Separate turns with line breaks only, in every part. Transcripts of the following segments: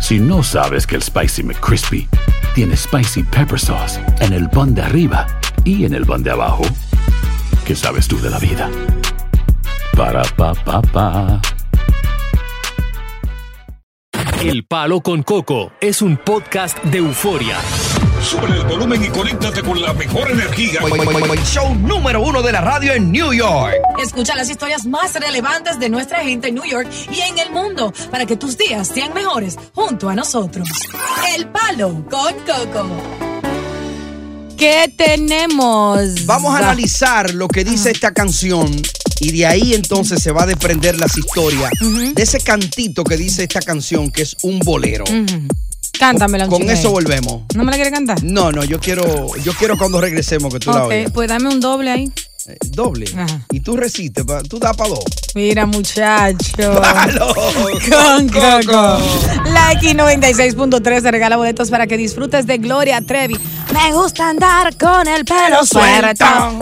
Si no sabes que el Spicy McCrispy tiene Spicy Pepper Sauce en el pan de arriba y en el pan de abajo, ¿qué sabes tú de la vida? Para, pa, pa, pa.
El Palo con Coco es un podcast de euforia.
Sube el volumen y conéctate con la mejor energía.
Show número uno de la radio en New York.
Escucha las historias más relevantes de nuestra gente en New York y en el mundo para que tus días sean mejores junto a nosotros. El Palo con Coco. ¿Qué tenemos?
Vamos a analizar lo que dice esta canción y de ahí entonces se va a desprender las historias de ese cantito que dice esta canción que es un bolero.
Ujú. Cántamela un
Con
chin ahí.
eso volvemos.
¿No me la quieres cantar?
No, no, yo quiero, yo quiero cuando regresemos que tú la
ok,
oigas.
pues dame un doble ahí.
Eh, Doble.
Ajá.
Y tú resistes, pa- tú das para dos.
Mira, muchacho.
¡Palo!
Con Coco. Likey 96.3 te regala boletos para que disfrutes de Gloria Trevi. Me gusta andar con el pelo suelto.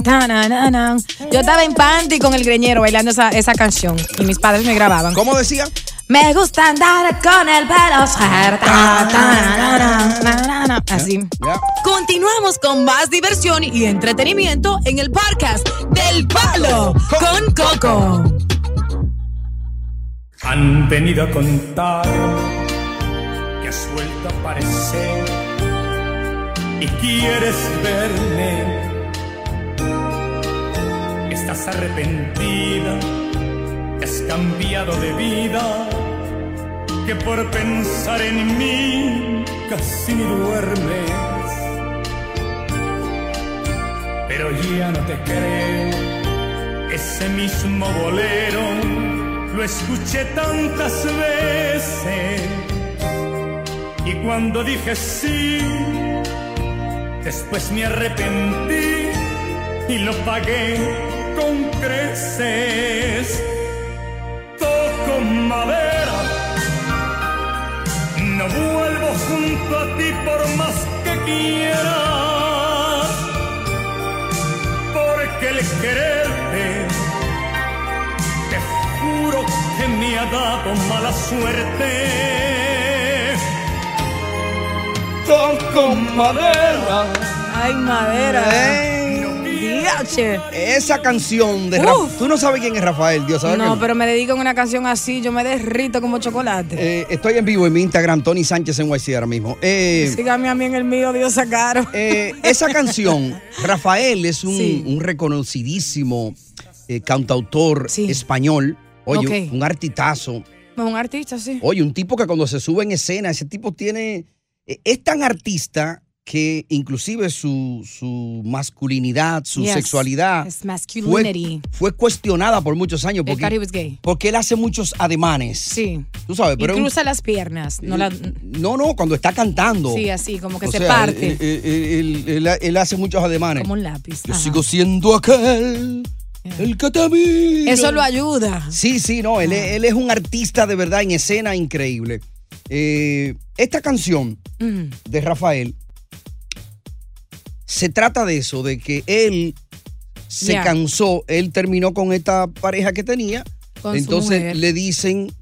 Ta-na-na-na. Yo estaba en panty con el greñero bailando esa, esa canción y mis padres me grababan.
¿Cómo decía?
Me gusta andar con el pelo suelto. Ta-na-na-na-na. Así.
Ya.
Continuamos con más diversión y entretenimiento en el podcast del Palo con Coco.
Han venido a contar que has vuelto a aparecer y quieres verme. Estás arrepentida, que has cambiado de vida, que por pensar en mí casi ni duermes. Pero ya no te creo, ese mismo bolero lo escuché tantas veces y cuando dije sí, después me arrepentí y lo pagué con creces. Toco madera, no vuelvo junto a ti por más que quiera, porque el quererte te juro que me ha dado mala suerte. Toco madera.
Ay, madera.
Eh,
Diache.
Esa canción de Rafael.
Uf.
Tú no sabes quién es Rafael, Dios sabe que
No, pero me dedican una canción así, yo me derrito como chocolate.
Eh, estoy en vivo en mi Instagram, Tony Sánchez en YC ahora mismo. Eh,
Sígame a mí en el mío, Dios sacaron.
eh, esa canción, Rafael es un,
Sí.
un reconocidísimo eh, cantautor
Sí.
español. Oye,
Ok.
un artitazo.
Un artista, sí.
Oye, un tipo que cuando se sube en escena, ese tipo tiene. eh, Es tan artista que inclusive su, su masculinidad, su
Yes.
sexualidad
Es
fue,
masculinity.
fue cuestionada por muchos años
El Cari
porque,
was gay.
porque él hace muchos ademanes.
Sí.
Tú sabes,
Y
pero es un-
cruza las piernas. No la,
no, no, cuando está cantando.
sí, así, como que
O
se
sea, eh,
parte.
Él, él- él- él- él hace muchos ademanes.
como un lápiz.
Yo
Ajá. Eh.
sigo siendo aquel, el que te mira.
Eso lo ayuda. Ah.
Sí, sí, no, él, es- él es un artista de verdad en escena increíble. Eh, esta canción
Mm.
de Rafael se trata de eso, de que él se
Ya.
cansó, él terminó con esta pareja que tenía,
Con su
entonces
mujer.
le dicen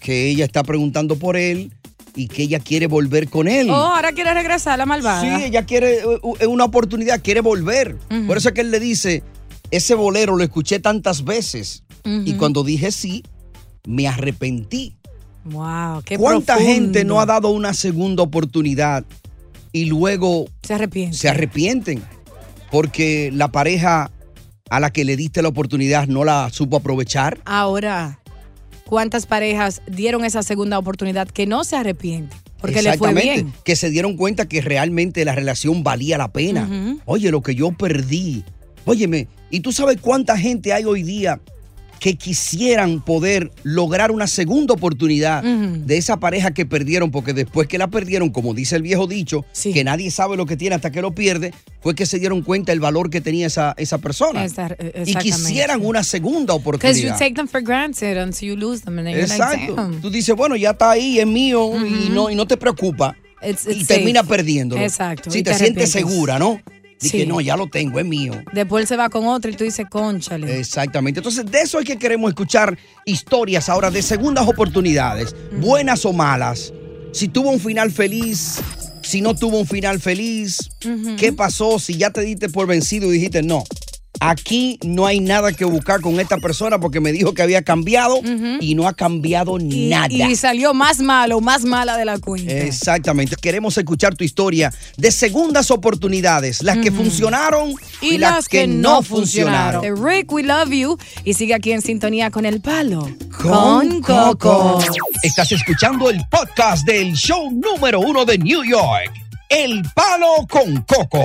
que ella está preguntando por él y que ella quiere volver con él.
Oh, ahora quiere regresar la malvada.
eh, Sí, ella quiere eh, u- eh, una oportunidad, quiere volver.
Ujú.
Por eso es que él le dice, ese bolero lo escuché tantas veces
Ujú.
y cuando dije sí, me arrepentí
Wow, qué
¿Cuánta
profundo.
gente no ha dado una segunda oportunidad y luego
se arrepienten?
Se arrepienten porque la pareja a la que le diste la oportunidad no la supo aprovechar.
Ahora, ¿cuántas parejas dieron esa segunda oportunidad que no se arrepienten? Porque le fue
Exactamente,
bien.
Que se dieron cuenta que realmente la relación valía la pena.
Ujú.
Oye, lo que yo perdí. Óyeme, ¿y tú sabes cuánta gente hay hoy día que quisieran poder lograr una segunda oportunidad
Ujú.
de esa pareja que perdieron? Porque después que la perdieron, como dice el viejo dicho, que nadie sabe lo que tiene hasta que lo pierde, fue que se dieron cuenta el valor que tenía esa, esa persona.
Esa- eh,
y
exactamente.
quisieran una segunda
Because you
oportunidad.
take them for granted until you lose them and then you're like,
Exacto.
damn.
Tú dices, bueno, ya está ahí, es mío y, no, y no te preocupa.
It's-
y
it's
termina
safe.
perdiéndolo.
Exacto,
Si
y
te,
te
sientes
arrepientes.
segura, ¿no? Dices,
Sí.
no, ya lo tengo, es mío.
Después se va con otro y tú dices, conchale.
Exactamente. Entonces, de eso es que queremos escuchar historias ahora de segundas oportunidades, buenas o malas. Si tuvo un final feliz, si no tuvo un final feliz,
Ujú.
¿qué pasó? Si ya te diste por vencido y dijiste, no, aquí no hay nada que buscar con esta persona porque me dijo que había cambiado y no ha cambiado
Y,
nada.
y salió más malo, más mala de la cuenta.
Exactamente. Queremos escuchar tu historia de segundas oportunidades, las que funcionaron y, las, que, no funcionaron.
Rick, we love you. Y sigue aquí en sintonía con el palo.
Estás escuchando el podcast del show número uno de New York, El Palo con Coco.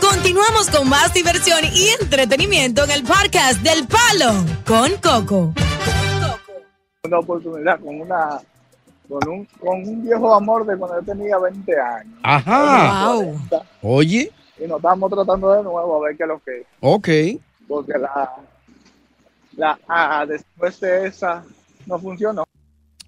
Continuamos con más diversión y entretenimiento en el podcast del Palo con Coco.
una oportunidad con una con un, con un viejo amor de cuando yo tenía 20 años.
Ajá. Oye,
Y nos estamos tratando de nuevo a ver qué es lo que es.
ok.
Porque la, la A después de esa no funcionó.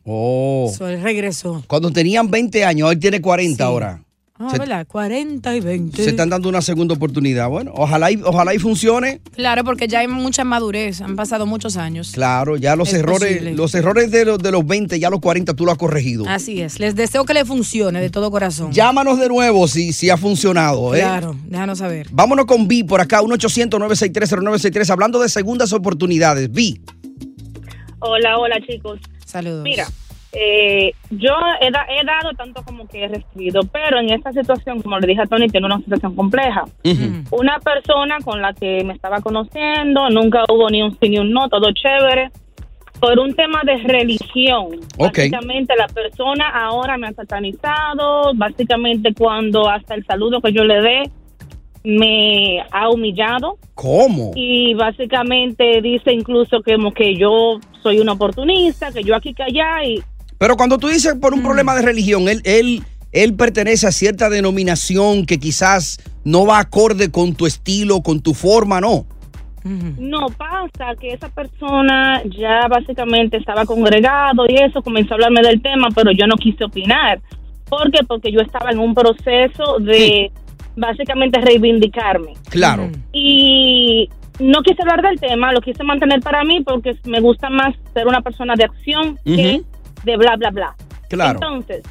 Oh.
regresó.
Cuando tenían 20 años, hoy tiene 40 ahora.
Ah,
Se-
¿verdad? 40 y 20.
Se están dando una segunda oportunidad. Bueno, ojalá y, ojalá y funcione.
Claro, porque ya hay mucha madurez. Han pasado muchos años.
Claro, ya los
Es
errores,
posible.
los errores de los, de los 20, ya los 40 tú lo has corregido.
Así es. Les deseo que le funcione de todo corazón.
Llámanos de nuevo si, si ha funcionado. ¿eh?
Claro, déjanos saber.
Vámonos con Vi por acá, 1-800-963-0963, hablando de segundas oportunidades. Vi.
Hola, hola chicos.
Saludos.
Mira, eh, yo he, da- he dado tanto como que he recibido, pero en esta situación, como le dije a Tony, tiene una situación compleja. Una persona con la que me estaba conociendo, nunca hubo ni un sí ni un no, todo chévere. Por un tema de religión,
Ok.
básicamente la persona ahora me ha satanizado, básicamente cuando hasta el saludo que yo le dé me ha humillado.
¿Cómo?
Y básicamente dice incluso que, como que yo soy una oportunista, que yo aquí que allá y
Pero cuando tú dices
Mm.
por un problema de religión, él, él, él pertenece a cierta denominación que quizás no va acorde con tu estilo, con tu forma, ¿no?
no pasa que esa persona ya básicamente estaba congregado y eso comenzó a hablarme del tema, pero yo no quise opinar. ¿Por qué? Porque yo estaba en un proceso de básicamente reivindicarme.
Claro.
Y no quise hablar del tema, lo quise mantener para mí porque me gusta más ser una persona de acción que
Ujú.
de bla, bla, bla.
Claro.
Entonces,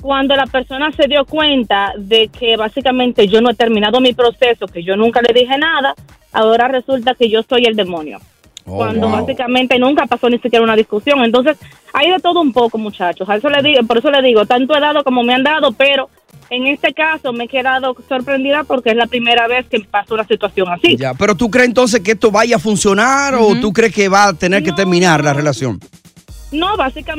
cuando la persona se dio cuenta de que básicamente yo no he terminado mi proceso, que yo nunca le dije nada, ahora resulta que yo soy el demonio.
Oh,
cuando
wow.
básicamente nunca pasó ni siquiera una discusión. Entonces, hay de todo un poco, muchachos. A eso le digo, por eso le digo, tanto he dado como me han dado, pero En este caso me he quedado sorprendida porque es la primera vez que pasa una situación así.
Ya, pero ¿tú crees entonces que esto vaya a funcionar o tú crees que va a tener que terminar la relación?
No,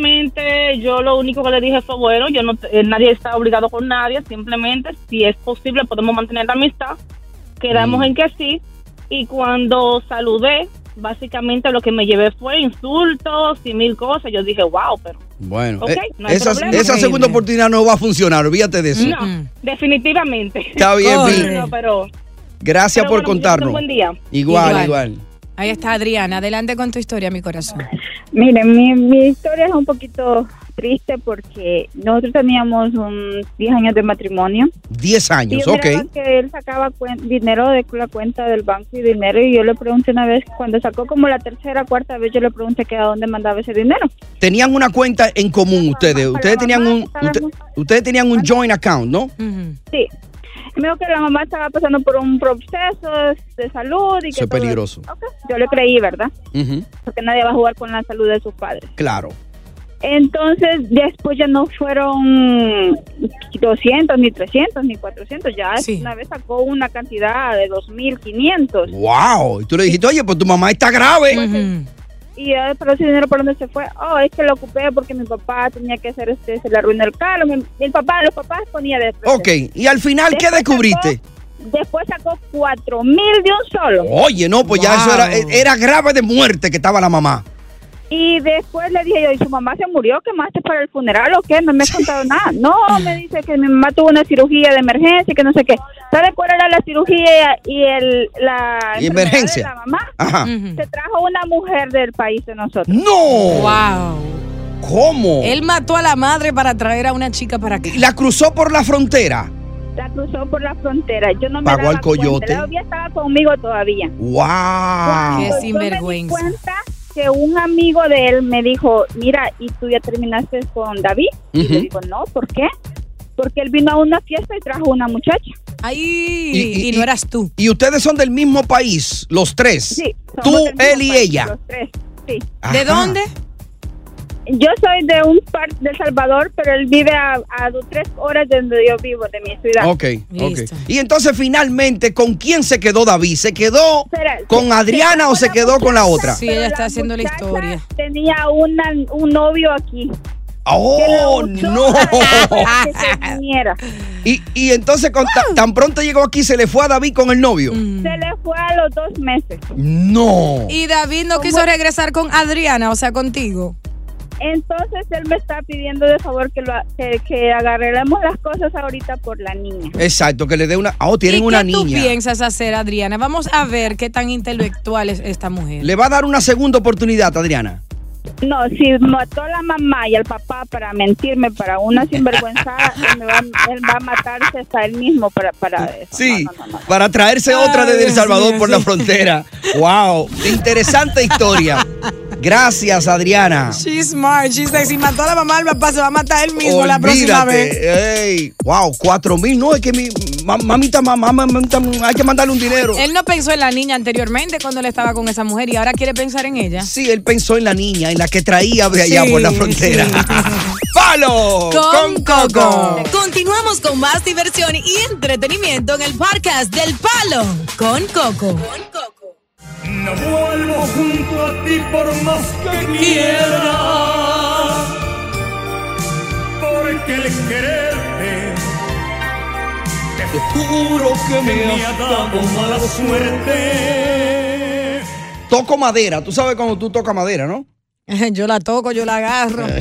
básicamente yo lo único que le dije fue, bueno, yo no, eh, nadie está obligado con nadie, simplemente si es posible podemos mantener la amistad.
Mm.
Quedamos en que sí. Y cuando saludé, básicamente lo que me llevé fue insultos y mil cosas. Yo dije, wow, pero
Bueno,
Ok,
eh,
no hay
esa,
problema.
esa
Increíble.
segunda oportunidad no va a funcionar, olvídate de eso. Mm.
no, definitivamente.
Está bien, Corre. Vicky.
No, pero,
Gracias
pero
por
bueno, muchachos,
contarnos.
Buen día.
Igual, igual.
Igual. Ahí está Adriana, adelante con tu historia, mi corazón.
Miren, mi, mi historia es un poquito triste porque nosotros teníamos un 10 años de matrimonio.
10
Y
años,
yo
ok.
miraba que él sacaba cuen- dinero de la cuenta del banco y dinero y yo le pregunté una vez, cuando sacó como la tercera cuarta vez, yo le pregunté que a dónde mandaba ese dinero.
Tenían una cuenta en común ustedes. Ustedes tenían un usted- ustedes tenían un joint account, ¿no?
Sí. Y me dijo que la mamá estaba pasando por un proceso de salud y que
Eso es
todo
peligroso.
Ok, Yo le creí, ¿verdad?
Ujú,
Porque nadie va a jugar con la salud de sus padres.
Claro.
Entonces, después ya no fueron 200, ni 300, ni 400. Ya una vez sacó una cantidad de 2.500.
Wow. Y tú le dijiste, oye, pues tu mamá está grave.
Y ya, pero ese dinero, ¿por dónde se fue? Oh, es que lo ocupé porque mi papá tenía que hacer este, se le arruinó el carro. Mi, el papá, los papás ponía de
Ok. Y al final, ¿qué
Después
descubriste?
Después sacó 4.000 de un solo.
Oye, no, pues ya eso era, era grave de muerte que estaba la mamá.
Y después le dije yo, ¿y su mamá se murió? ¿Quemaste para el funeral o qué? No me has contado nada. No, me dice que mi mamá tuvo una cirugía de emergencia, que no sé qué. ¿Sabe cuál era la cirugía y el, la
Y
enfermedad
emergencia.
de la mamá?
Ajá.
Se trajo una mujer del país de nosotros.
¡No!
¡Wow!
¿Cómo?
Él mató a la madre para traer a una chica para acá.
La cruzó por la frontera.
La cruzó por la frontera. Yo no me
Pagó
daba
al coyote.
cuenta. La novia estaba conmigo todavía.
¡Wow!
Cuando yo me di cuenta que un amigo de él me dijo, mira, ¿y tú ya terminaste con David? Y yo
Ujú.
digo, no, ¿por qué? Porque él vino a una fiesta y trajo una muchacha.
Ay, y, no eras tú.
Y ustedes son del mismo país, los tres.
Sí, somos
Tú,
del mismo
él y
país,
ella.
los tres, sí.
Ajá. ¿De dónde?
Yo soy de un par de El Salvador, pero él vive a, a do- tres horas de donde yo vivo, de mi ciudad.
Ok, ok. Y entonces finalmente, ¿con quién se quedó David? ¿Se quedó
Espera,
con
se-
Adriana o se quedó con la otra?
Sí, ella está haciendo la historia.
Tenía una, un novio aquí.
¡Oh,
que la
no!
que se viniera.
Y, y entonces con ta- tan pronto llegó aquí, se le fue a David con el novio.
Mm.
Se le fue a los dos meses.
No.
Y David no quiso regresar con Adriana, o sea, contigo.
Entonces él me está pidiendo de favor que, lo, ha- que, que agarremos las cosas ahorita por la niña.
Exacto, que le dé una... Oh, tienen
¿Y
una
qué tú
niña.
piensas hacer, Adriana? Vamos a ver qué tan intelectual es esta mujer.
Le va a dar una segunda oportunidad, Adriana.
No, si mató a la mamá y al papá para mentirme, para una sinvergüenzada, él, me va, él va a matarse hasta él mismo para, para eso.
Sí, para traerse otra desde El Salvador por la frontera. ¡Wow! Interesante historia. Gracias, Adriana.
She's smart, she's sexy. Mató a la mamá, el papá se va a matar él mismo la próxima vez.
Olvídate. Ey, wow, cuatro mil. No, es que mi ma- mamita, mamá, mamita, hay que mandarle un dinero.
Él no pensó en la niña anteriormente cuando él estaba con esa mujer y ahora quiere pensar en ella.
Sí, él pensó en la niña, en la que traía de allá
Sí,
por la frontera. ¡Palo!
Con
Coco.
Continuamos con más diversión y entretenimiento en el podcast del Palo con Coco.
No vuelvo junto a ti por más que quiera. Porque el quererte, te juro que me ha dado mala suerte.
Toco madera. Tú sabes cuando tú tocas madera, ¿no?
Yo la toco, yo la agarro.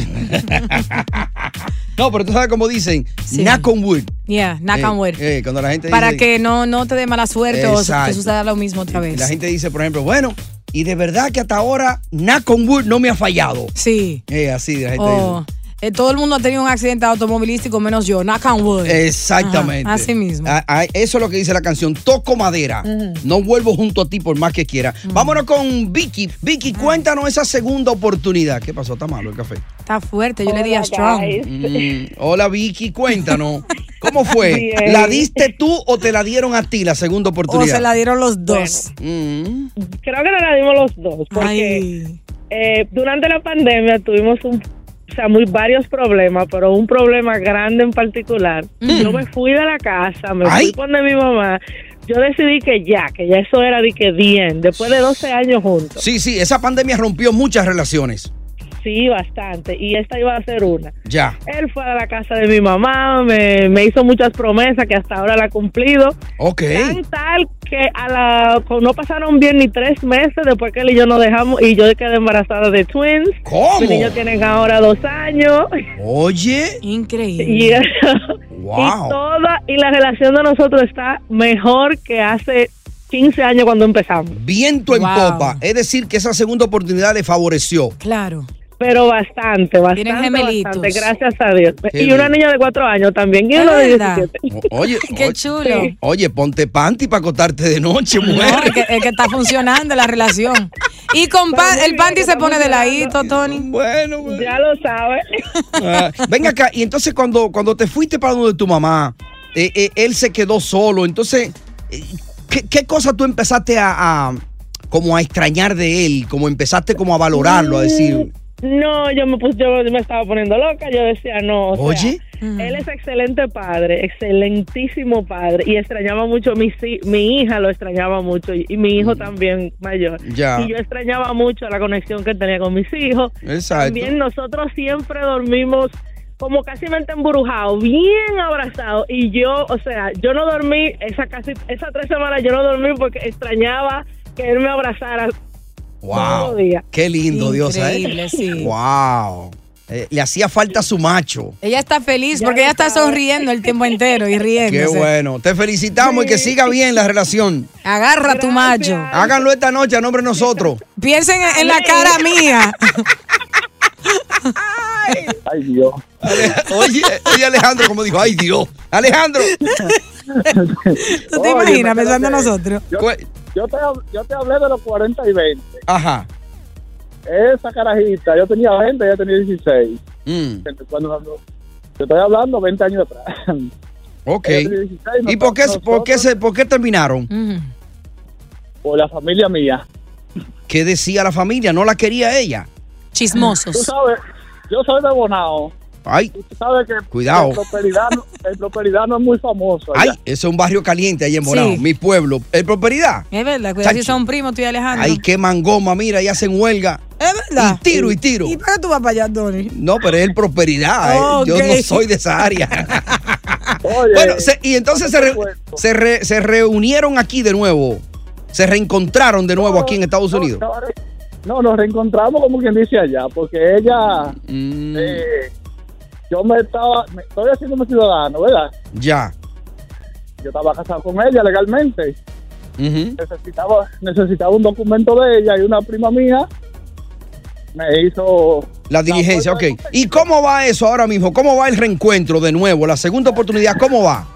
No, pero tú sabes cómo dicen, knock on wood.
Yeah, knock on
Eh,
wood.
eh, cuando la gente
Para
dice-
que no, no te dé mala suerte o
Exacto.
te suceda lo mismo otra vez.
La gente dice, por ejemplo, bueno, y de verdad que hasta ahora knock on wood no me ha fallado.
Sí.
Eh, así la gente
Oh, eh, todo el mundo ha tenido un accidente automovilístico menos yo. Knock on wood.
dice. Exactamente.
Ajá, así mismo.
Ah, ah, eso es lo que dice la canción, toco madera.
Ujú. Mm.
No vuelvo junto a ti por más que quiera. Vámonos con Vicky. Vicky, cuéntanos esa segunda oportunidad. ¿Qué pasó? Está malo el café.
Está fuerte. Yo le di a
Hola,
Strong.
guys.
Mm, hola Vicky, cuéntanos. ¿Cómo fue?
Bien.
¿La diste tú o te la dieron a ti la segunda oportunidad?
dieron los
dos.
Mm.
Creo que nos la dimos los dos, porque eh, durante la pandemia tuvimos un
sea, muy varios problemas, pero un problema grande en particular. Yo me fui de la casa, me fui con mi mamá. Yo decidí que ya, que ya eso era de que bien, después de 12 años juntos.
Sí, sí, esa pandemia rompió muchas relaciones.
Sí, bastante. Y esta iba a ser una.
Ya.
Él fue a la casa de mi mamá, me, me hizo muchas promesas que hasta ahora la ha cumplido.
Ok.
Tan tal que a la, no pasaron bien ni tres meses después que él y yo nos dejamos y yo quedé embarazada de twins.
¿Cómo?
Mis niños tienen ahora dos años.
Oye.
Y,
Increíble.
eso-
Wow.
y toda y la relación de nosotros está mejor que hace 15 años cuando empezamos.
Viento en popa. Es decir, que esa segunda oportunidad le favoreció.
Claro.
Pero bastante, bastante,
Tienen gemelitos.
bastante, gracias a Dios.
Qué
y una
bien.
niña de cuatro años también, y uno de
Es verdad.
17.
Oye,
Qué
oye,
chulo.
sí. Oye, ponte panty para acostarte de noche,
No,
mujer.
es que, es que está funcionando la relación. Y con pan- el panty se pone de ladito, Tony.
Bueno,
Ya lo sabes.
Ah, Venga acá, y entonces cuando, cuando te fuiste para donde tu mamá, eh, eh, él se quedó solo, entonces, eh, ¿qué, qué cosa tú empezaste a, a- como a extrañar de él? Como empezaste como a valorarlo, a decir,
No, yo me puse, yo me estaba poniendo loca, yo decía, no. o sea,
Oye.
él es excelente padre, excelentísimo padre, y extrañaba mucho a mi, si- mi hija, lo extrañaba mucho, y, y mi hijo también mayor.
Mm. Ya.
Y yo extrañaba mucho la conexión que tenía con mis hijos.
Exacto.
También nosotros siempre dormimos como casi mente embrujado, bien abrazado. Y yo, o sea, yo no dormí, esas casi, esas tres semanas yo no dormí porque extrañaba que él me abrazara
wow,
Todo día.
qué lindo, Dios, ¿eh?
Increíble, sí.
Wow. Eh, le hacía falta su macho.
Ella está feliz porque ella está sonriendo el tiempo entero y riendo.
Qué bueno. Te felicitamos y que siga bien la relación.
Agarra tu macho.
Háganlo esta noche a nombre de nosotros.
Piensen en, en la cara mía.
Ay, Dios. Oye, oye, Alejandro, como dijo, ay, Dios. Alejandro.
¿Tú te imaginas pensando en nosotros?
Yo, yo te, hab- yo te hablé de los 40 y 20.
Ajá.
Esa carajita, yo tenía 20, ella tenía 16.
Mm.
Entonces, cuando hablo- Yo estoy hablando 20 años atrás.
Ok.
Ella tenía 16,
¿Y
nosotros-
por qué, por, qué
nosotros-
se, por qué terminaron?
Por la familia mía.
¿Qué decía la familia? ¿No la quería ella?
Tú sabes, yo soy de Bonao.
Ay,
Tú sabes que
Cuidado.
El prosperidad, no- el Prosperidad no es muy famoso.
ay,
allá.
eso es un barrio caliente ahí en
Sí.
Morado, mi pueblo. ¿El propiedad?
Es verdad, cuidado si
Chacho.
son primos, tú y Alejandro.
Ahí queman goma, mira, y hacen huelga.
Es verdad.
Y tiro, y tiro.
¿Y para qué tú vas para allá, Tony?
No, pero es el prosperidad. eh.
Ok.
Yo no soy de esa área. bueno, se- y entonces se, re- se, re- se reunieron aquí de nuevo. Se reencontraron de nuevo aquí en Estados Unidos.
No, nos reencontramos como quien dice allá, porque ella.
Mm.
eh, yo me estaba. Me, estoy haciéndome ciudadano, ¿verdad?
Ya.
Yo estaba casado con ella legalmente.
Ujú.
Necesitaba, necesitaba un documento de ella y una prima mía me hizo.
La diligencia, ok. ¿Y cómo va eso ahora mismo? ¿Cómo va el reencuentro de nuevo? La segunda oportunidad, ¿cómo va?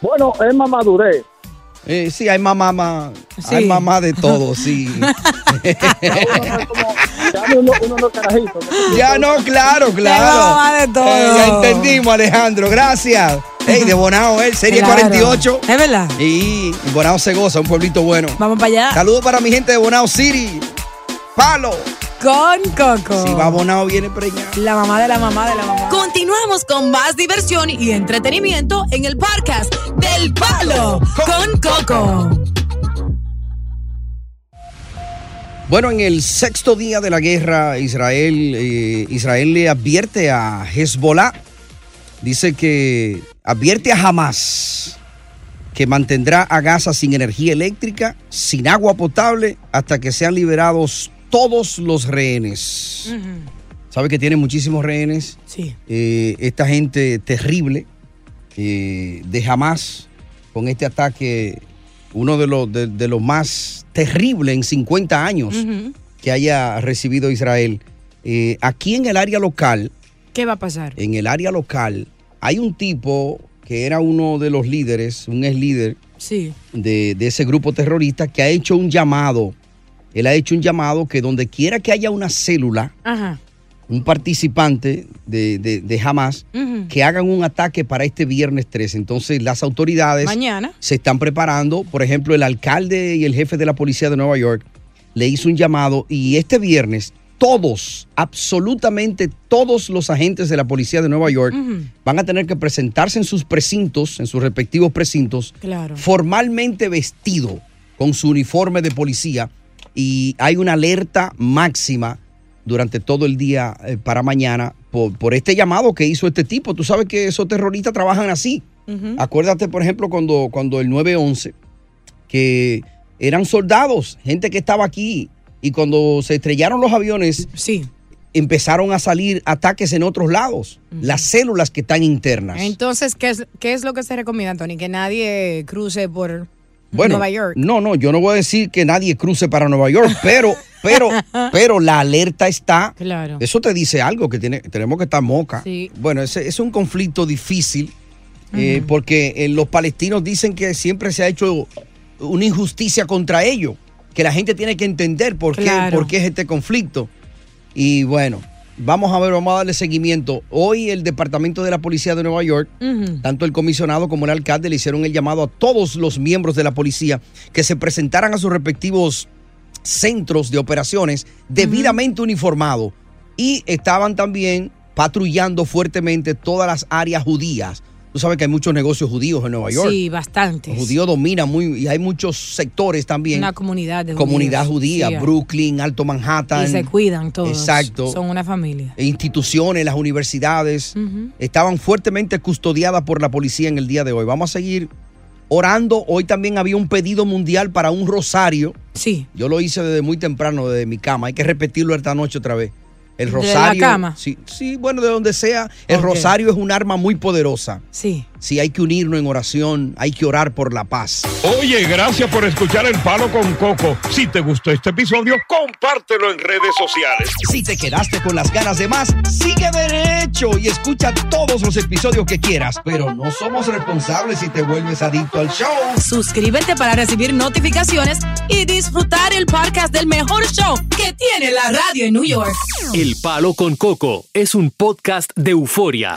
Bueno, es más madurez.
Eh, sí, hay mamá, mamá, hay
Sí.
mamá de todo, sí.
Ya no, uno, uno no es carajito. ¿no?
ya no, claro, claro.
Hay mamá de todo.
Eh, ya entendimos, Alejandro, gracias. Ey, de Bonao, él, Serie
Claro.
48.
Es verdad.
Y Bonao se goza, un pueblito bueno.
Vamos para allá.
Saludos para mi gente de Bonao City. Palo.
Con Coco.
Si va a Bonao, viene preñado.
La mamá de la mamá de la mamá.
Continuamos con más diversión y entretenimiento en el podcast del Palo con Coco.
Bueno, en el sexto día de la guerra, Israel, eh, Israel le advierte a Hezbollah, dice que advierte a Hamas que mantendrá a Gaza sin energía eléctrica, sin agua potable, hasta que sean liberados todos los rehenes.
Mm.
¿Sabe que tiene muchísimos rehenes?
Sí.
Eh, esta gente terrible eh, de Hamas con este ataque, uno de los, de, de los más terribles en 50 años que haya recibido Israel. Eh, aquí en el área local,
¿Qué va a pasar?
en el área local, hay un tipo que era uno de los líderes, un ex líder
Sí.
de, de ese grupo terrorista que ha hecho un llamado. Él ha hecho un llamado que donde quiera que haya una célula,
Ajá.
un participante de, de, de Hamas,
Ujú.
que hagan un ataque para este viernes 3. Entonces las autoridades
Mañana.
se están preparando. Por ejemplo, el alcalde y el jefe de la policía de Nueva York le hizo un llamado y este viernes todos, absolutamente todos los agentes de la policía de Nueva York
Ujú.
van a tener que presentarse en sus precintos, en sus respectivos precintos,
Claro.
formalmente vestido con su uniforme de policía y hay una alerta máxima durante todo el día eh, para mañana por, por este llamado que hizo este tipo. Tú sabes que esos terroristas trabajan así.
Ujú.
Acuérdate, por ejemplo, cuando, cuando el 9-11, que eran soldados, gente que estaba aquí, y cuando se estrellaron los aviones, empezaron a salir ataques en otros lados, las células que están internas.
Entonces, ¿qué es, ¿qué es lo que se recomienda, Tony? Que nadie cruce por
Bueno,
Nueva York.
no, no, yo no voy a decir que nadie cruce para Nueva York, pero, pero, pero la alerta está.
Claro.
Eso te dice algo que tiene, tenemos que estar moca.
Sí.
Bueno, ese es un conflicto difícil eh, porque eh, los palestinos dicen que siempre se ha hecho una injusticia contra ellos, que la gente tiene que entender por qué,
Claro.
por qué es este conflicto. Y bueno, vamos a ver, vamos a darle seguimiento. Hoy el Departamento de la Policía de Nueva York
Ujú.
tanto el comisionado como el alcalde le hicieron el llamado a todos los miembros de la policía que se presentaran a sus respectivos centros de operaciones debidamente uniformados y estaban también patrullando fuertemente todas las áreas judías. Tú sabes que hay muchos negocios judíos en Nueva York.
Sí, bastante.
Los judíos dominan muy y hay muchos sectores también.
Una comunidad de
comunidad
judíos.
judía,
Sí, hay.
Brooklyn, Alto Manhattan.
Y se cuidan todos.
Exacto. E
Son una familia.
instituciones, las universidades, estaban fuertemente custodiadas por la policía en el día de hoy. Vamos a seguir orando. Hoy también había un pedido mundial para un rosario.
Sí.
Yo lo hice desde muy temprano, desde mi cama. Hay que repetirlo esta noche otra vez. El
¿De la
rosario.
cama?
Sí, sí, bueno, de donde sea. El
Ok.
rosario es un arma muy poderosa.
Sí.
Sí, hay que unirnos en oración, hay que orar por la paz.
Oye, gracias por escuchar El Palo con Coco. Si te gustó este episodio, compártelo en redes sociales.
Si te quedaste con las ganas de más, sigue derecho y escucha todos los episodios que quieras. Pero no somos responsables si te vuelves adicto al show.
Suscríbete para recibir notificaciones y disfrutar el podcast del mejor show que tiene la radio en New York.
El Palo con Coco es un podcast de euforia.